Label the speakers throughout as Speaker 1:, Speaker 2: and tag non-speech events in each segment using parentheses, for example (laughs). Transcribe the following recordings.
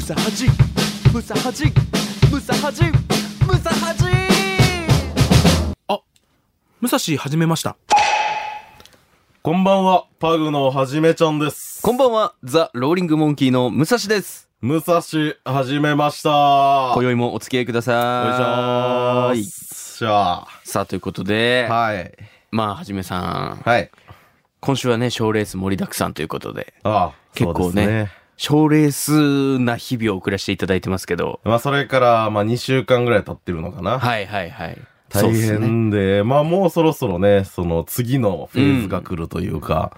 Speaker 1: サハジムサハジムサハジムサハジ
Speaker 2: 武蔵始めました。
Speaker 3: こんばんは、パグのはじめちゃんです。
Speaker 1: こんばんはザ・ローリング・モンキーの武蔵です
Speaker 3: 武蔵、はじめました。
Speaker 1: 今
Speaker 3: よいし
Speaker 1: 宵もお付き合いくだ
Speaker 3: ょ
Speaker 1: さ
Speaker 3: ー
Speaker 1: い
Speaker 3: しゃ
Speaker 1: さあということで、
Speaker 3: ー。はい。
Speaker 1: まあはじめさん
Speaker 3: はい。
Speaker 1: 今週はね賞ーレース盛りだくさんということで
Speaker 3: ああ、
Speaker 1: 結構ね
Speaker 3: そうです
Speaker 1: 賞ーレースな日々を送らせていただいてますけど
Speaker 3: まあ、それから、まあ、2週間ぐらい経ってるのかな。
Speaker 1: はいはいはいそう
Speaker 3: 大
Speaker 1: っすね
Speaker 3: 変で、まあ、もうそろそろね、その次のフェーズが来るというか、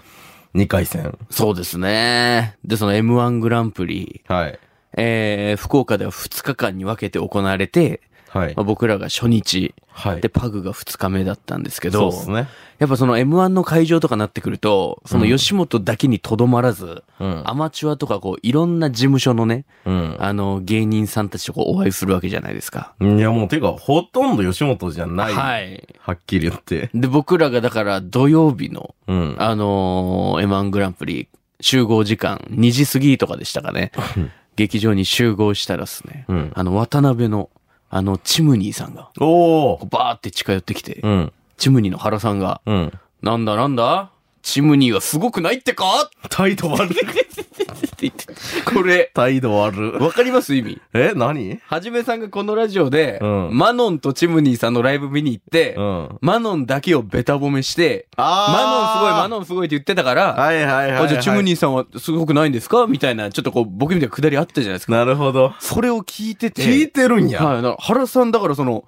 Speaker 3: 二2回戦。
Speaker 1: そうですねでその m 1グランプリ
Speaker 3: はい。
Speaker 1: えー福岡では2日間に分けて行われて、
Speaker 3: はい
Speaker 1: まあ、。僕らが初日、
Speaker 3: はい
Speaker 1: で、。パグが2日目だったんですけ
Speaker 3: そう
Speaker 1: ど、
Speaker 3: ですね。
Speaker 1: やっぱその M1 の会場とかなってくると、その吉本だけにとどまらず、
Speaker 3: うん
Speaker 1: アマチュアとかこう、いろんな事務所のね、
Speaker 3: うん。
Speaker 1: あの、芸人さんたちとこうお会いするわけじゃないですか。
Speaker 3: いや、もう、てか、ほとんど吉本じゃない。
Speaker 1: はい。
Speaker 3: はっきり言って。
Speaker 1: で、僕らがだから土曜日の、
Speaker 3: うん。
Speaker 1: あのー M1 グランプリ集合時間2時過ぎとかでしたかね。劇場に集合したらですね、
Speaker 3: うん
Speaker 1: あの、渡辺の、あの、チムニーさんが、
Speaker 3: お
Speaker 1: こ
Speaker 3: ー
Speaker 1: うバーって近寄ってきて、
Speaker 3: うん。
Speaker 1: チムニーの原さんが、
Speaker 3: うん。
Speaker 1: なんだなんだチムニーはすごくないってか
Speaker 3: 態度悪い。
Speaker 1: って言って、これ、
Speaker 3: 態度悪い。
Speaker 1: わかります意味。
Speaker 3: (laughs) え、何
Speaker 1: はじめさんがこのラジオで、
Speaker 3: うん
Speaker 1: マノンとチムニーさんのライブ見に行って、
Speaker 3: ん。
Speaker 1: マノンだけをベタ褒めして、マノンすごい、マノンすごいって言ってたから、
Speaker 3: はいはいはい。
Speaker 1: あじゃあチムニーさんはすごくないんですかみたいな、ちょっとこう、僕みたいなくだりあったじゃないですか。
Speaker 3: なるほど。
Speaker 1: それを聞いてて。
Speaker 3: 聞いてるんや。
Speaker 1: はい。だから原さん、だからその、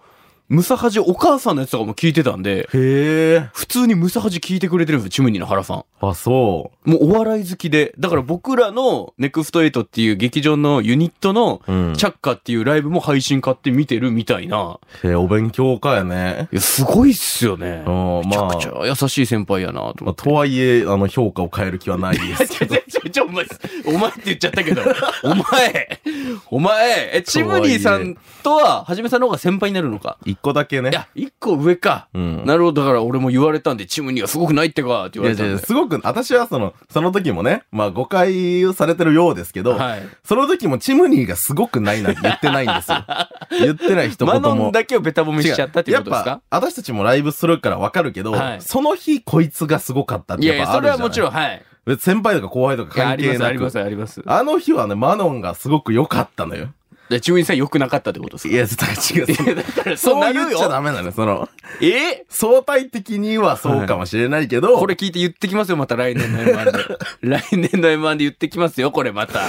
Speaker 1: ムサハジお母さんのやつとかも聞いてたんで、
Speaker 3: へえ。
Speaker 1: 普通にムサハジ聞いてくれてるんですよ、チムニーの原さん。
Speaker 3: あ、そ
Speaker 1: もうお笑い好きで。だから僕らのネクストエイトっていう劇場のユニットの
Speaker 3: う。うん
Speaker 1: チャッカっていうライブも配信買って見てるみたいな。
Speaker 3: へえ、お勉強かやね。
Speaker 1: いや、すごいっすよね。
Speaker 3: うん、
Speaker 1: めちゃ
Speaker 3: まあ
Speaker 1: くち、ゃ優しい先輩やなと
Speaker 3: ま
Speaker 1: 思
Speaker 3: あ
Speaker 1: って。
Speaker 3: とはいえ、あの、評価を変える気はないです。
Speaker 1: (laughs) ちょちょちょちょ、お前、お前って言っちゃったけど、お前、お前、え、チムニーさんとは、はじめさんの方が先輩になるのか。
Speaker 3: (laughs) 一個だけね
Speaker 1: い。や、一個上か。
Speaker 3: うん。
Speaker 1: なるほど、だから俺も言われたんで、チムニーはすごくないってか、って
Speaker 3: い
Speaker 1: 言われ
Speaker 3: やい
Speaker 1: た
Speaker 3: や
Speaker 1: ん
Speaker 3: い
Speaker 1: で
Speaker 3: や。すごく、私はその、その時もね、まあ誤解をされてるようですけど、
Speaker 1: はい。
Speaker 3: その時もチムニーがすごくないなんて言ってないんです (laughs) よ。言ってない一
Speaker 1: マ
Speaker 3: 言
Speaker 1: ノン
Speaker 3: も。
Speaker 1: だけをベタ褒めしちゃったっていうことです
Speaker 3: やっ
Speaker 1: か
Speaker 3: ぱ、私たちもライブするからわかるけど、
Speaker 1: はい
Speaker 3: その日こいつがすごかったっ
Speaker 1: い
Speaker 3: て
Speaker 1: やい
Speaker 3: や
Speaker 1: や、
Speaker 3: っぱあ
Speaker 1: そ
Speaker 3: るじ
Speaker 1: れ
Speaker 3: ゃな
Speaker 1: はいもちろん、はい。
Speaker 3: 別に先輩とか後輩とか
Speaker 1: いやあ
Speaker 3: 関
Speaker 1: りま
Speaker 3: 係
Speaker 1: す、あ
Speaker 3: な
Speaker 1: ります、
Speaker 3: く。
Speaker 1: あります。
Speaker 3: あの日はね、マノンがすごく良かったのよ。
Speaker 1: で、チムニーさん良くなかったってことです
Speaker 3: い
Speaker 1: か
Speaker 3: や、だから違う。その
Speaker 1: だから
Speaker 3: そう言っちゃダメなのよ、その。
Speaker 1: え
Speaker 3: 相対的にはそうかもしれないけ
Speaker 1: (laughs)
Speaker 3: ど、
Speaker 1: これ聞いて言ってきますよ、また来年の
Speaker 3: (laughs)
Speaker 1: M1 で。来年の M1 で言ってきますよ、これまた。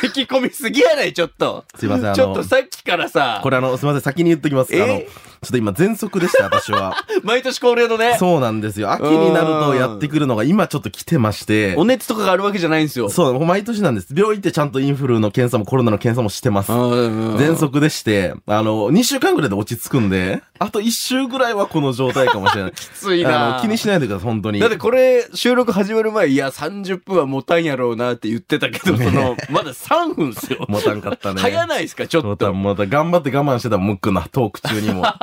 Speaker 1: 咳込みすぎやない、ちょっと。
Speaker 3: すいませんあの
Speaker 1: ちょっとさっきからさ、
Speaker 3: これあの、すみません、先に言っときます。
Speaker 1: え
Speaker 3: あの、ちょっと今、喘息でした、私は。
Speaker 1: 毎年恒例のね、
Speaker 3: そうなんですよ。秋になるとやってくるのが今ちょっと来てまして
Speaker 1: お、熱とかがあるわけじゃないんですよ。
Speaker 3: そう、もう毎年なんです。病院行ってちゃんとインフルの検査もコロナの検査もしてます。
Speaker 1: うん。
Speaker 3: 喘息でして、あの、2週間ぐらいで落ち着くんで、あと1週ぐらいはこの状態かもしれない。き
Speaker 1: つ (laughs) いな
Speaker 3: あの、気にしないでください、本当に。
Speaker 1: だってこれ収録始まる前、いや、30分は持たんやろうなって言ってたけど、その、まだ3分っすよ。
Speaker 3: 持たんかったね。
Speaker 1: 早ないですか、ちょ
Speaker 3: ま、
Speaker 1: ったと。
Speaker 3: また頑張って我慢してたムックな、トーク中に
Speaker 1: (laughs)
Speaker 3: も。あ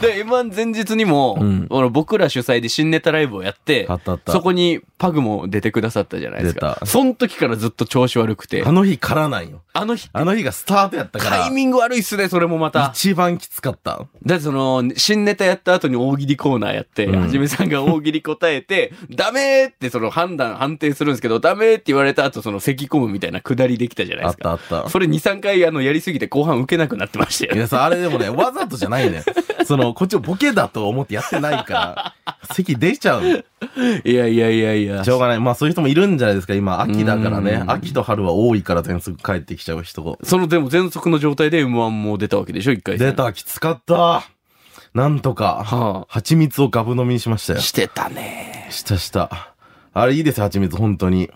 Speaker 1: で、M1 前日にも、
Speaker 3: うん
Speaker 1: あの僕ら主催で新ネタライブをやって、
Speaker 3: ったあった。
Speaker 1: そこにパグも出てくださったじゃないです
Speaker 3: 出
Speaker 1: か。
Speaker 3: た
Speaker 1: その時からずっと調子悪くて
Speaker 3: あ。の日からなんよ。
Speaker 1: あの日、
Speaker 3: あの日がスタートやったから。
Speaker 1: タイミング悪いっすね、それもまた。
Speaker 3: 一番きつかった。
Speaker 1: だってその、新ネタやった後に大喜利コーナーやって、
Speaker 3: うん
Speaker 1: はじめさんが大喜利答えて、 (laughs) ダメーってその判断、判定するんですけど、ダメーって言われた後、その咳込むみたいな下りできたじゃない
Speaker 3: あ
Speaker 1: です
Speaker 3: っ
Speaker 1: か。
Speaker 3: たあった。
Speaker 1: それ2、3回あの、やりすぎて後半受けなくなってましたよ
Speaker 3: (laughs) い。やさ、あれでもね、わざとじゃないね。その、こっちをボケだと思ってやってな
Speaker 1: (laughs)
Speaker 3: いから、席出ちゃう。
Speaker 1: いやいやいやいや
Speaker 3: し。ょうがない。まあそういう人もいるんじゃないですか、今。秋だから
Speaker 1: う
Speaker 3: ね。
Speaker 1: ん
Speaker 3: 秋と春は多いから全速帰ってきちゃう人。
Speaker 1: そのでも喘息の状態で M1 も出たわけでしょ、1回戦。
Speaker 3: 出。た、きつかった。なんとか、
Speaker 1: は
Speaker 3: 蜂蜜をガブ飲みにしましたよ
Speaker 1: あ。。してた
Speaker 3: (laughs)
Speaker 1: ね。
Speaker 3: したした。あれいいですよ、蜂蜜、本当に。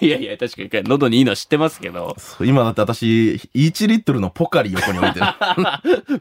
Speaker 1: いやいや、確かに喉にいいのは知ってますけど、
Speaker 3: そう今だって私、1リットルのポカリ横に
Speaker 1: (laughs)
Speaker 3: 置いてる。こ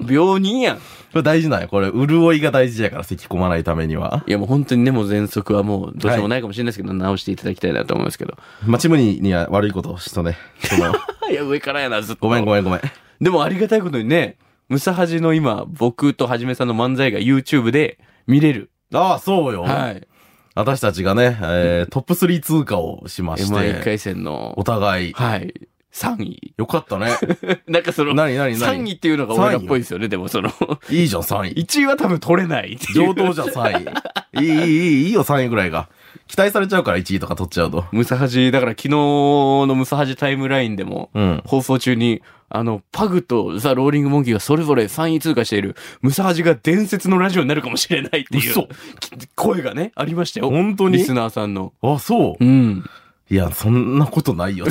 Speaker 1: 病人やん。
Speaker 3: れ大事なんよ。これ、潤いが大事やから、咳込まないためには。
Speaker 1: いやもう本当にね、もう喘息はもうどうしようもないかもしれないですけど、直していただきたいなと思いますけど。
Speaker 3: まあ、チムニーには悪いことをしたね。そ
Speaker 1: (laughs)
Speaker 3: の
Speaker 1: いや、上からやな、ずっと。
Speaker 3: ごめんごめんごめん。
Speaker 1: でもありがたいことにね、ムサハジの今、僕とはじめさんの漫才が YouTube で見れる。
Speaker 3: ああ、そうよ。
Speaker 1: はい。
Speaker 3: 私たちがね、えートップ3通過をしまし
Speaker 1: M1 一
Speaker 3: て、
Speaker 1: 回戦の
Speaker 3: お、互い、
Speaker 1: はい。 3位。
Speaker 3: よかったね。
Speaker 1: (laughs) なんかその、
Speaker 3: 何何
Speaker 1: 3
Speaker 3: 何
Speaker 1: 位っていうのが俺らっぽいですよね、でもその、
Speaker 3: いいじゃん、3位。
Speaker 1: 1位は多分取れないっていう。
Speaker 3: 上等じゃん、3位。いい、いい、いい、いいよ、3位ぐらいが。期待されちゃうから、1位とか取っちゃうと。
Speaker 1: ムサハジ、だから昨日のムサハジタイムラインでも、
Speaker 3: うん。
Speaker 1: 放送中に、あの、パグとザ・ローリング・モンキーがそれぞれ3位通過している、ムサハジが伝説のラジオになるかもしれないっていう
Speaker 3: 嘘、
Speaker 1: き声がね、ありましたよ。
Speaker 3: 本当に
Speaker 1: リスナーさんの。
Speaker 3: あ、そうう。
Speaker 1: ん。
Speaker 3: いや、そんなことない (laughs) よ。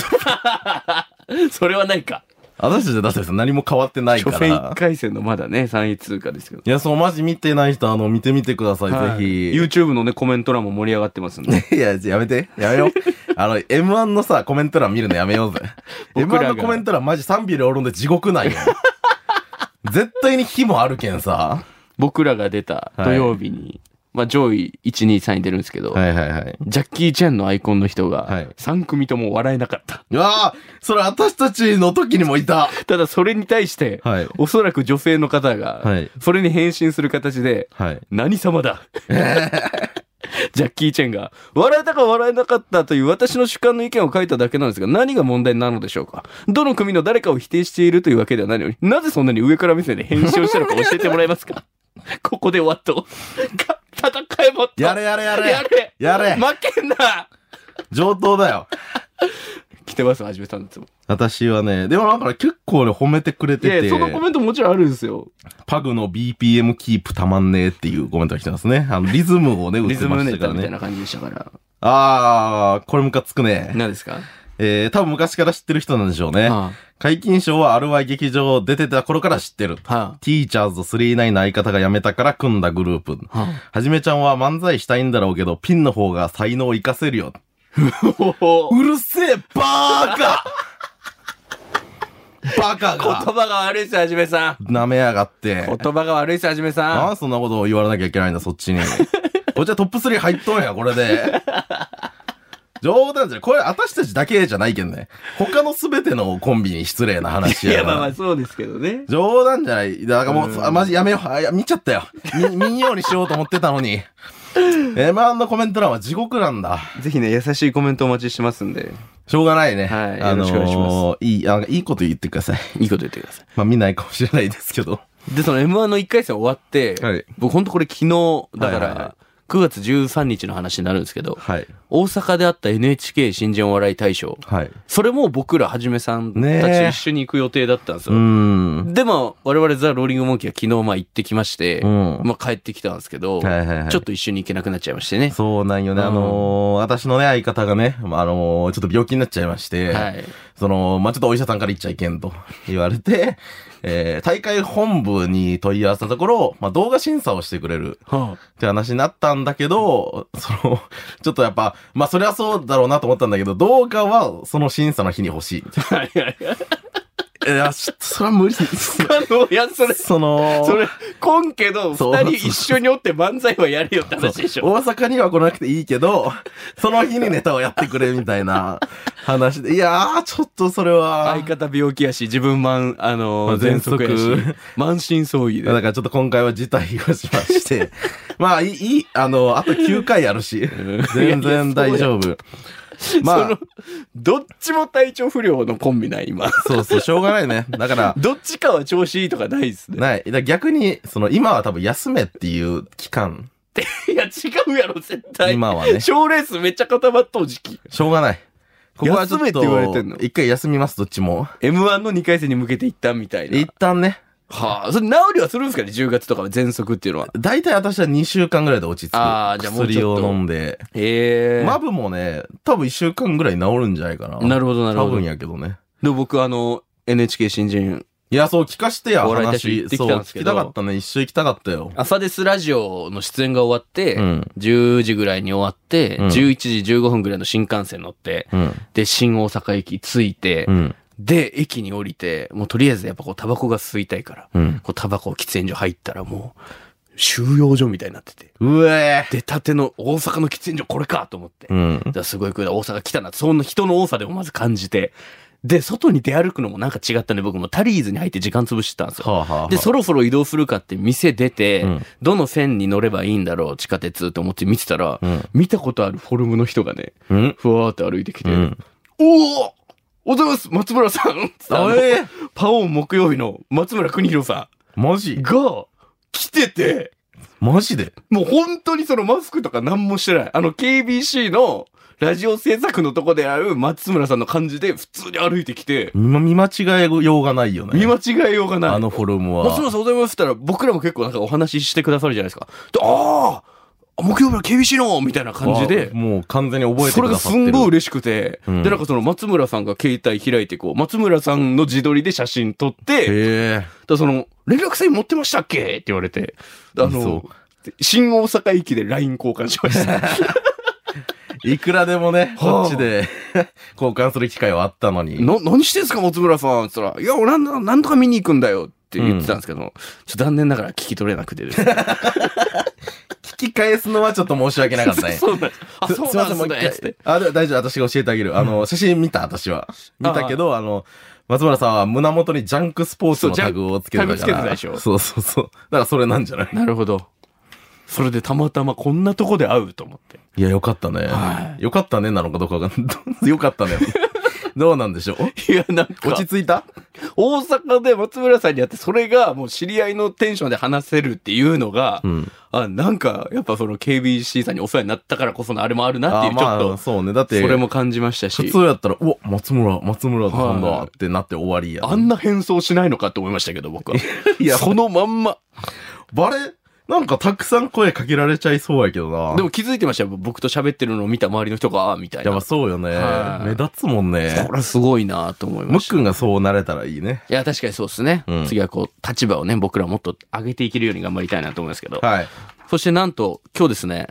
Speaker 1: それはないか。
Speaker 3: 私たちだってさ、何も変わってない
Speaker 1: 初
Speaker 3: か
Speaker 1: 戦1
Speaker 3: ら。
Speaker 1: 回戦のまだね、3位通過ですけど。
Speaker 3: いや、そう、マジ見てない人、あの、見てみてください、
Speaker 1: はい
Speaker 3: ぜひ。
Speaker 1: YouTube のね、コメント欄も盛り上がってますんで。
Speaker 3: いや、やめて。やめ (laughs) よう。あの、M1 のさ、コメント欄見るのやめようぜ。
Speaker 1: 僕
Speaker 3: M1
Speaker 1: らが
Speaker 3: のコメント欄マジ3秒でおるんで地獄なんよ。絶対に火もあるけんさ。
Speaker 1: 僕らが出た土曜日に、まあ上位1、2、3位出るんですけど、
Speaker 3: いはいはい。
Speaker 1: ジャッキー・チェンのアイコンの人が
Speaker 3: はい、
Speaker 1: 3組とも笑えなかった。
Speaker 3: うわあそれ私たちの時にもいた。
Speaker 1: ただそれに対して、
Speaker 3: はい
Speaker 1: (laughs) おそらく女性の方が、
Speaker 3: はい
Speaker 1: それに返信する形で、
Speaker 3: はい。
Speaker 1: 何様
Speaker 3: (laughs)
Speaker 1: だジャッキー・チェンが、笑えたか笑えなかったという私の主観の意見を書いただけなんですが、何が問題なのでしょうかどの組の誰かを否定しているというわけではないのに、なぜそんなに上から目線で返信をしたのか教えてもらえます
Speaker 3: (laughs)
Speaker 1: かここで終わっと。 (laughs) か戦えもっと。
Speaker 3: やれやれやれ。
Speaker 1: やれ
Speaker 3: やれ
Speaker 1: 負けんな
Speaker 3: 上等だよ。
Speaker 1: 来てます、はじめさんいつも。
Speaker 3: 私はね、でもなんか結構ね、褒めてくれ
Speaker 1: い
Speaker 3: て
Speaker 1: やい
Speaker 3: て
Speaker 1: や、そのコメントもちろんあるんですよ。
Speaker 3: パグの BPM キープたまんねえっていうコメントが来てますね。あの、リズムをね、打
Speaker 1: リ
Speaker 3: って
Speaker 1: ズム
Speaker 3: まし
Speaker 1: ネ
Speaker 3: たか
Speaker 1: タ
Speaker 3: ら
Speaker 1: みたい
Speaker 3: ね。
Speaker 1: な感じでしたから。
Speaker 3: あー、これムカつくね。
Speaker 1: 何ですか
Speaker 3: えー、多分昔から知ってる人なんでしょうね。
Speaker 1: は
Speaker 3: 解禁賞は RY 劇場出てた頃から知ってる。
Speaker 1: あ、は
Speaker 3: ティーチャーズと39の相方が辞めたから組んだグループ。
Speaker 1: あ、は (laughs) あ。
Speaker 3: はじめちゃんは漫才したいんだろうけど、ピンの方が才能を活かせるよ。
Speaker 1: お
Speaker 3: うるせえ、バーカバカ
Speaker 1: 言
Speaker 3: が
Speaker 1: 葉が悪いです、はじめさん。
Speaker 3: 舐めやがって。
Speaker 1: 言葉が悪いです、はじめ
Speaker 3: なん
Speaker 1: さ
Speaker 3: でそんなことを言われなきゃいけないんだ、そっちに。こっちはトップ3入っとんや、これで。冗談じゃない。これ、私たちだけじゃないけんね。他の全てのコンビに失礼な話
Speaker 1: ん。い
Speaker 3: や
Speaker 1: や、
Speaker 3: から
Speaker 1: まあまあ、そうですけどね。
Speaker 3: 冗談じゃない。だからもう、
Speaker 1: うん
Speaker 3: あマジやめよう。あいや見ちゃったよ。見、見んようにしようと思ってたのに。M1 のコメント欄は地獄なんだ。
Speaker 1: ぜひね、優しいコメントお待ちしてますんで。
Speaker 3: しょうがないね。
Speaker 1: はい
Speaker 3: あのー
Speaker 1: よろしくお願
Speaker 3: いい、なんかいいこと言ってください。
Speaker 1: いいこと言ってくださ
Speaker 3: まあ見ないかもしれないですけど。
Speaker 1: い。で、その M1 の1回戦終わって、
Speaker 3: はい
Speaker 1: 僕ほんとこれ昨日、だか
Speaker 3: はいはいは
Speaker 1: ら、9月13日の話になるんですけど、
Speaker 3: はい。
Speaker 1: 大阪であった NHK 新人お笑い大賞。
Speaker 3: はい。
Speaker 1: それも僕らはじめさんた
Speaker 3: ねえ
Speaker 1: ち一緒に行く予定だったんです
Speaker 3: うー
Speaker 1: よ。
Speaker 3: ん。
Speaker 1: でも、我々ザ・ローリング・モンキーは昨日まあ行ってきまして、
Speaker 3: うん
Speaker 1: まあ帰ってきたんですけど、
Speaker 3: はいはいはい
Speaker 1: ちょっと一緒に行けなくなっちゃいましてね。
Speaker 3: そうなんよね。
Speaker 1: うん
Speaker 3: あのー私のね、相方がね、まああのーちょっと病気になっちゃいまして、
Speaker 1: はい。
Speaker 3: その、まあ、ちょっとお医者さんから行っちゃいけんと言われて、 (laughs) えー大会本部に問い合わせたところ、まあ、動画審査をしてくれる
Speaker 1: は
Speaker 3: って話になったんだけど、その、ちょっとやっぱ、まあ、そりゃそうだろうなと思ったんだけど、動画はその審査の日に欲しい。
Speaker 1: あ、はいはいはい。
Speaker 3: いや、ちょっとそれは無理。
Speaker 1: あの、いや、それ、
Speaker 3: (laughs) その、
Speaker 1: それ、来んけど、
Speaker 3: そう
Speaker 1: 二人一緒におって漫才はやれよって話でしょ。
Speaker 3: 大阪には来なくていいけど、 (laughs) その日にネタをやってくれみたいな話で、いやー、ちょっとそれは
Speaker 1: 相。方病気やし、自分満、あ
Speaker 3: まあ
Speaker 1: の、喘息や
Speaker 3: 喘
Speaker 1: し
Speaker 3: 息、
Speaker 1: 満身創痍
Speaker 3: だ
Speaker 1: で。
Speaker 3: からちょっと今回は辞退をしまして。 (laughs) まあ、いいいい、あの、あと9回ある
Speaker 1: (laughs)
Speaker 3: し、全然大丈夫。まあ、
Speaker 1: どっちも体調不良のコンビない、今。 (laughs)
Speaker 3: そうそう、しょうがないね。だから、
Speaker 1: どっちかは調子いいとかないですね。
Speaker 3: ない。だから逆に、その、今は多分休めっていう期間。
Speaker 1: いや、違うやろ、絶対。
Speaker 3: 今は
Speaker 1: (laughs)
Speaker 3: ね
Speaker 1: 賞レースめっちゃ固まっとう時期。
Speaker 3: しょうがない。ここはちょっと、
Speaker 1: 休めって言われてんの
Speaker 3: 一回休みます、どっちも。
Speaker 1: M1 の2回戦に向けていったみたいな
Speaker 3: 一。旦ね。
Speaker 1: はあ、それ治りはするんですかね ?10 月とかは喘息っていうのは。
Speaker 3: 大体私は2週間ぐらいで落ち着く。
Speaker 1: あーじゃあもうちょっと
Speaker 3: 薬を飲んで。
Speaker 1: ええ
Speaker 3: マブもね、多分1週間ぐらい治るんじゃないかな。
Speaker 1: なるほど、なるほ
Speaker 3: 多
Speaker 1: ど。
Speaker 3: 分
Speaker 1: で、
Speaker 3: やけどね。
Speaker 1: 僕、あの、NHK 新人、
Speaker 3: いや、そう、聞かしてや、
Speaker 1: お笑い大賞行
Speaker 3: 話。
Speaker 1: ってき
Speaker 3: そう、
Speaker 1: たんです
Speaker 3: 聞
Speaker 1: け
Speaker 3: き
Speaker 1: ど
Speaker 3: たかったね。一緒行きたかったよ。
Speaker 1: 朝ですラジオの出演が終わって、
Speaker 3: うん。
Speaker 1: 10時ぐらいに終わって、
Speaker 3: うん
Speaker 1: 11時15分ぐらいの新幹線乗って、
Speaker 3: うん。
Speaker 1: で、新大阪駅着いて、
Speaker 3: うん。
Speaker 1: で、駅に降りて、もうとりあえずやっぱこう、タバコが吸いたいから、
Speaker 3: うん。
Speaker 1: こう、タバコを喫煙所入ったらもう、収容所みたいになってて、
Speaker 3: うえ
Speaker 1: 出たての大阪の喫煙所これかと思って、
Speaker 3: ーうん。
Speaker 1: だからすごい来る大阪来たな。そんな人の多さでもまず感じて。で、外に出歩くのもなんか違ったんで、僕もタリーズに入って時間潰してたんです
Speaker 3: は
Speaker 1: よ。
Speaker 3: あ、はあはあ、
Speaker 1: で、そろそろ移動するかって店出て、
Speaker 3: うん
Speaker 1: どの線に乗ればいいんだろう、地下鉄と思って見てたら、
Speaker 3: うん。
Speaker 1: 見たことあるフォルムの人がね、
Speaker 3: うん。
Speaker 1: ふわーって歩いてきて、
Speaker 3: うん。
Speaker 1: おおおはようございます松村さんつってあの
Speaker 3: え
Speaker 1: パオン木曜日の松村邦弘さ
Speaker 3: マ
Speaker 1: ん
Speaker 3: ジ
Speaker 1: が来てて、
Speaker 3: マジで
Speaker 1: もう本当にそのマスクとか何もしてない。あの KBC のラジオ制作のとこである松村さんの感じで普通に歩いてきて、
Speaker 3: 見見間違えようがないよね。
Speaker 1: 見間違えようがない。
Speaker 3: あのフォルムは。
Speaker 1: 松村さんおはようございますって言ったら僕らも結構なんかお話ししてくださるじゃないですか。でああ木曜日の KBC のみたいな感じで
Speaker 3: あ。もう完全に覚えて
Speaker 1: それ
Speaker 3: くだ
Speaker 1: がす
Speaker 3: さってる。
Speaker 1: んごい嬉しくて、
Speaker 3: うん
Speaker 1: で、なんかその松村さんが携帯開いてこう、松村さんの自撮りで写真撮って、
Speaker 3: へえ。
Speaker 1: だからその、連絡先持ってましたっけって言われて、あの
Speaker 3: そ、
Speaker 1: 新大阪駅で LINE 交換しました。
Speaker 3: (laughs) いくらでもね、
Speaker 1: はあ
Speaker 3: こっちで (laughs) 交換する機会はあったのに。
Speaker 1: な、何してんすか、松村さんって言ったら、いや、俺なんだ、なんとか見に行くんだよって言ってたんですけど、ちょっと残念ながら聞き取れなくてですね。
Speaker 3: 聞き返すのはちょっと申し訳なかったね。
Speaker 1: (laughs) そうなんあ、
Speaker 3: す
Speaker 1: そうなんです
Speaker 3: すいません、もう
Speaker 1: ね。つっ
Speaker 3: 一回
Speaker 1: て。
Speaker 3: (laughs) あ、でも大丈夫、私が教えてあげる。あの、写真見た、私は。見たけど、あの、松村さんは胸元にジャンクスポーツ
Speaker 1: そう
Speaker 3: の
Speaker 1: ジャン
Speaker 3: タグをつけてたから。
Speaker 1: タグつけてたでしょ
Speaker 3: そうそうそう。だからそれなんじゃない
Speaker 1: なるほど。それでたまたまこんなとこで会うと思って。
Speaker 3: いや、よかったね。
Speaker 1: は
Speaker 3: よかったね、なのかどうかわかんない。 (laughs) よかったね。どうなんでしょ
Speaker 1: (laughs)
Speaker 3: う
Speaker 1: (laughs) いや、なんか
Speaker 3: 落ち、着いた
Speaker 1: 大阪で松村さんに会って、それがもう知り合いのテンションで話せるっていうのが、
Speaker 3: うん。
Speaker 1: あ、なんか、やっぱその KBC さんにお世話になったからこそのあれもあるなって
Speaker 3: あ
Speaker 1: いう、ち
Speaker 3: まあ
Speaker 1: ょっ
Speaker 3: そうね。だっ
Speaker 1: と、
Speaker 3: て、
Speaker 1: それも感じました
Speaker 3: 普
Speaker 1: し
Speaker 3: 通、やったら、うわ、松村、松村さん
Speaker 1: はい
Speaker 3: だってなって終わりや。
Speaker 1: あんな変装しないのかって思いましたけど、僕は。
Speaker 3: い
Speaker 1: (laughs)
Speaker 3: や
Speaker 1: そのまんま。
Speaker 3: バレ、なんかたくさん声かけられちゃいそうやけどな。
Speaker 1: でも気づいてましたよ。僕と喋ってるのを見た周りの人が、ああ、みたい
Speaker 3: や
Speaker 1: な。
Speaker 3: っぱ
Speaker 1: こ
Speaker 3: そうよね
Speaker 1: は。い
Speaker 3: 目立つもんね。
Speaker 1: れはすごいなと思い
Speaker 3: む
Speaker 1: ま
Speaker 3: っ
Speaker 1: した。
Speaker 3: くんがそうなれたらいいね。
Speaker 1: いや、確かにそうですね。
Speaker 3: うん
Speaker 1: 次はこう、立場をね、僕らもっと上げていけるように頑張りたいなと思いますけど。
Speaker 3: はい。
Speaker 1: そしてなんと、今日ですね、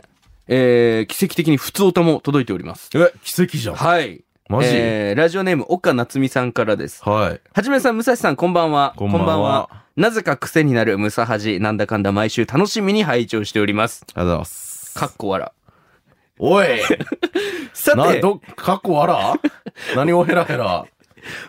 Speaker 1: えー、奇跡的に普通歌も届いております。
Speaker 3: え、奇跡じゃん。
Speaker 1: はい。
Speaker 3: マジ
Speaker 1: えー、ラジオネーム、岡夏美さんからです。
Speaker 3: はい。
Speaker 1: はじめさん、むさしさん、こんばんは。
Speaker 3: こんばんは
Speaker 1: なぜか癖になるムサハジ、なんだかんだ毎週楽しみに拝聴しており
Speaker 3: (laughs)
Speaker 1: ます。
Speaker 3: ありがとうございます。
Speaker 1: かっこわら。
Speaker 3: おい
Speaker 1: さ
Speaker 3: な、
Speaker 1: て、
Speaker 3: ど、過去あら何をヘラヘラ。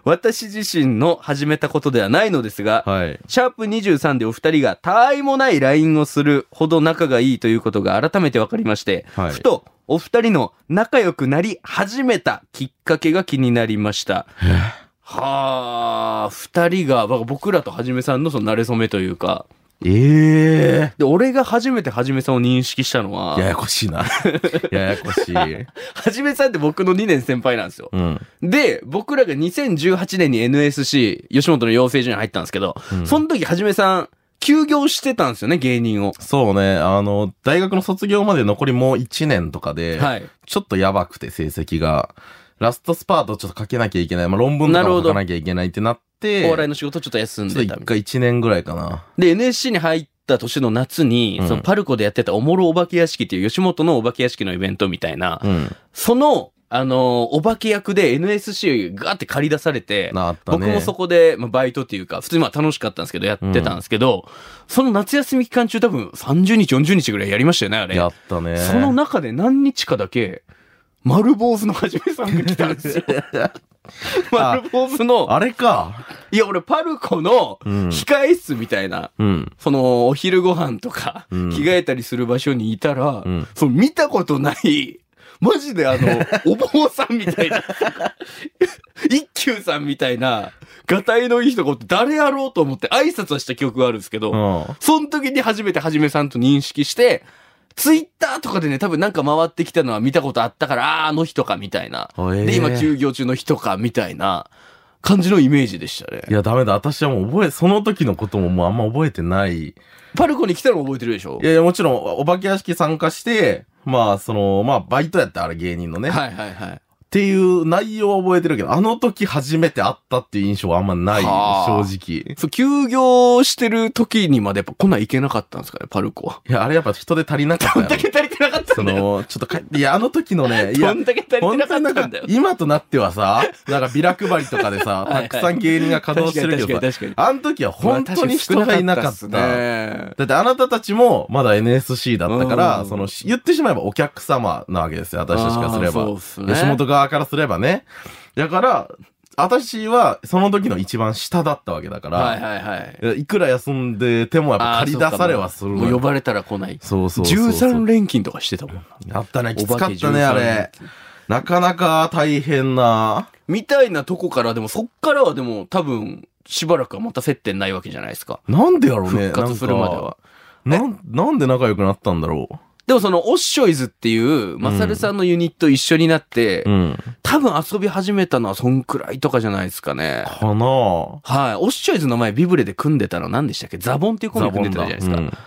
Speaker 1: 私自身の始めたことではないのですが、
Speaker 3: はい。
Speaker 1: シャープ23でお二人がたわいもない LINE をするほど仲がいいということが改めて分かりまして、
Speaker 3: はい
Speaker 1: ふとお二人の仲良くなり始めたきっかけが気になりました。はあ、二人が、僕らとはじめさんのその馴れ初めというか、
Speaker 3: ええ
Speaker 1: で、俺が初めてはじめさんを認識したのは、
Speaker 3: ややこしい (laughs) な。ややこしい。
Speaker 1: はじめさんって僕の2年先輩なんですよ。
Speaker 3: うん。
Speaker 1: で、僕らが2018年に NSC、吉本の養成所に入ったんですけど、その時はじめさん、休業してたんですよね、芸人を。
Speaker 3: そうね。あの、大学の卒業まで残りもう1年とかで、
Speaker 1: はい。
Speaker 3: ちょっとやばくて成績が。ラストスパートちょっと書けなきゃいけない。まあ、論文と
Speaker 1: な
Speaker 3: か
Speaker 1: る
Speaker 3: も
Speaker 1: ほど
Speaker 3: 書かなきゃいけないってなって、
Speaker 1: お笑いの仕事ちょっと休ん
Speaker 3: ちょっ
Speaker 1: でた
Speaker 3: と一
Speaker 1: みたい
Speaker 3: 回1年ぐらいかな。
Speaker 1: な。で、NSC に入った年の夏に、
Speaker 3: うん
Speaker 1: そのパルコでやってたおもろお化け屋敷っていう吉本のお化け屋敷のイベントみたいな、
Speaker 3: うん。
Speaker 1: その、あのーお化け役で NSC がガーって借り出されて、
Speaker 3: なあったね。
Speaker 1: 僕もそこで、まあ、バイトっていうか、普通にまあ楽しかったんですけど、やってたんですけど、その夏休み期間中多分30日、40日ぐらいやりましたよね、あれ。
Speaker 3: やったね。
Speaker 1: その中で何日かだけ、丸坊主のはじめさんが来たんです (laughs) よ。丸坊主の、
Speaker 3: あれか。
Speaker 1: いや、俺、パルコの
Speaker 3: うん
Speaker 1: 控え室みたいな、
Speaker 3: うん。
Speaker 1: その、お昼ご飯とか、着
Speaker 3: うん
Speaker 1: 替えたりする場所にいたら、
Speaker 3: うん
Speaker 1: その見たことない、マジであ
Speaker 3: (laughs)
Speaker 1: の、お坊さんみたいな、 (laughs) 一休さんみたいな、がたいのいい人がおって誰やろうと思って挨拶はした記憶があるんですけど、
Speaker 3: うん。
Speaker 1: その時に初めてはじめさんと認識して、ツイッターとかでね、多分なんか回ってきたのは見たことあったから、あーあの人かみたいな。
Speaker 3: あええ
Speaker 1: で、今休業中の人かみたいな感じのイメージでしたね
Speaker 3: い。や、ダメだ。私はもう覚え、その時のことももうあんま覚えてない。い
Speaker 1: パルコに来たの覚えてるでしょ
Speaker 3: やいや、もちろん、お化け屋敷参加して、まあ、その、まあ、バイトやったあれ芸人のね。っ
Speaker 1: はいはいはい。
Speaker 3: ていう内容は覚えてるけど、あの時初めて会ったっていう印象はあんまない。
Speaker 1: はあ
Speaker 3: 正直。
Speaker 1: そう、休業してる時にまでやっぱこんなんいけなかったんですかね、パルコは。
Speaker 3: いや、あれやっぱ人で足りなかった
Speaker 1: ど
Speaker 3: よ
Speaker 1: んだ
Speaker 3: ね。
Speaker 1: け足りてなかった
Speaker 3: そ
Speaker 1: んだよ。
Speaker 3: の、ちょっとか、いや、あの時のね、い
Speaker 1: ど
Speaker 3: や、
Speaker 1: んだけ足りて
Speaker 3: 本
Speaker 1: なか
Speaker 3: 当にな
Speaker 1: っ
Speaker 3: ん
Speaker 1: た
Speaker 3: か
Speaker 1: んだよ。
Speaker 3: 今となってはさ、なんかビラ配りとかで
Speaker 1: (laughs)
Speaker 3: さ、
Speaker 1: はいはい
Speaker 3: たくさん芸人が稼働してるけどさ、
Speaker 1: 確かに確か
Speaker 3: あの時は本当に人がいなかった。
Speaker 1: まあ確かに少なかったっすね
Speaker 3: だってあなたたちもまだ NSC だったか
Speaker 1: う
Speaker 3: ら、
Speaker 1: ん
Speaker 3: その言ってしまえばお客様なわけですよ、私たちからすれ
Speaker 1: あーそう
Speaker 3: ば
Speaker 1: っ。すね
Speaker 3: 吉本側からすればね。だから、私はその時の一番下だったわけだから、
Speaker 1: はいはいはい。
Speaker 3: いくら休んでてもやっぱ借り出されはする
Speaker 1: もう呼
Speaker 3: よ。
Speaker 1: ばれたら来ない。
Speaker 3: そうそうそうそう。
Speaker 1: 13連勤とかしてたもんな。
Speaker 3: あったね、きつ
Speaker 1: お化
Speaker 3: か
Speaker 1: け
Speaker 3: っ
Speaker 1: 13
Speaker 3: たね、あれ。なかなか大変な。
Speaker 1: みたいなとこからでもそっからはでも多分しばらくはまた接点ないわけじゃないですか。
Speaker 3: なんでやろうね。
Speaker 1: 復活するまでは。
Speaker 3: なんか。なん、なんで仲良くなったんだろ
Speaker 1: でもその、オッショイズっていう、マサルさんのユニット一緒になって、
Speaker 3: う。うん。
Speaker 1: 多分遊び始めたのはそんくらいとかじゃないですかね。
Speaker 3: かなぁ。
Speaker 1: はい。オッショイズの前、ビブレで組んでたの何でしたっけザボンっていうコンビ組んでたじゃないですか。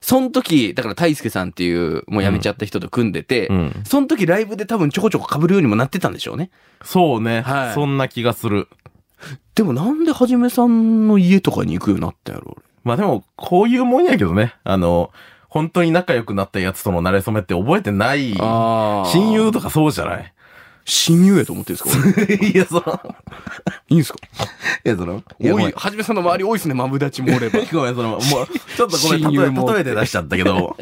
Speaker 1: その時、だから大輔さんっていう、もう辞めちゃった人と組んでて、
Speaker 3: うんうん
Speaker 1: その時ライブで多分ちょこちょこ被るようにもなってたんでしょうね。
Speaker 3: そうね、
Speaker 1: はい
Speaker 3: そんな気がする。
Speaker 1: でもなんではじめさんの家とかに行くようになったやろ、
Speaker 3: まあでも、こういうもんやけどね。あの、本当に仲良くなったやつとの馴れ初めって覚えてない
Speaker 1: 俺。。あ
Speaker 3: 親友とかそうじゃない
Speaker 1: (laughs) 親友やと思ってるんですか俺
Speaker 3: いや、その、
Speaker 1: (laughs) いいんですか
Speaker 3: いや、その、
Speaker 1: 多
Speaker 3: 多
Speaker 1: い。
Speaker 3: い。
Speaker 1: はじめさんの周り多いですね、マブダチもおれば。
Speaker 3: ごめん、その、もう、 (laughs) ちょっとごめ
Speaker 1: 親
Speaker 3: ん、
Speaker 1: 友
Speaker 3: 例
Speaker 1: も
Speaker 3: え例えて出しちゃったけど、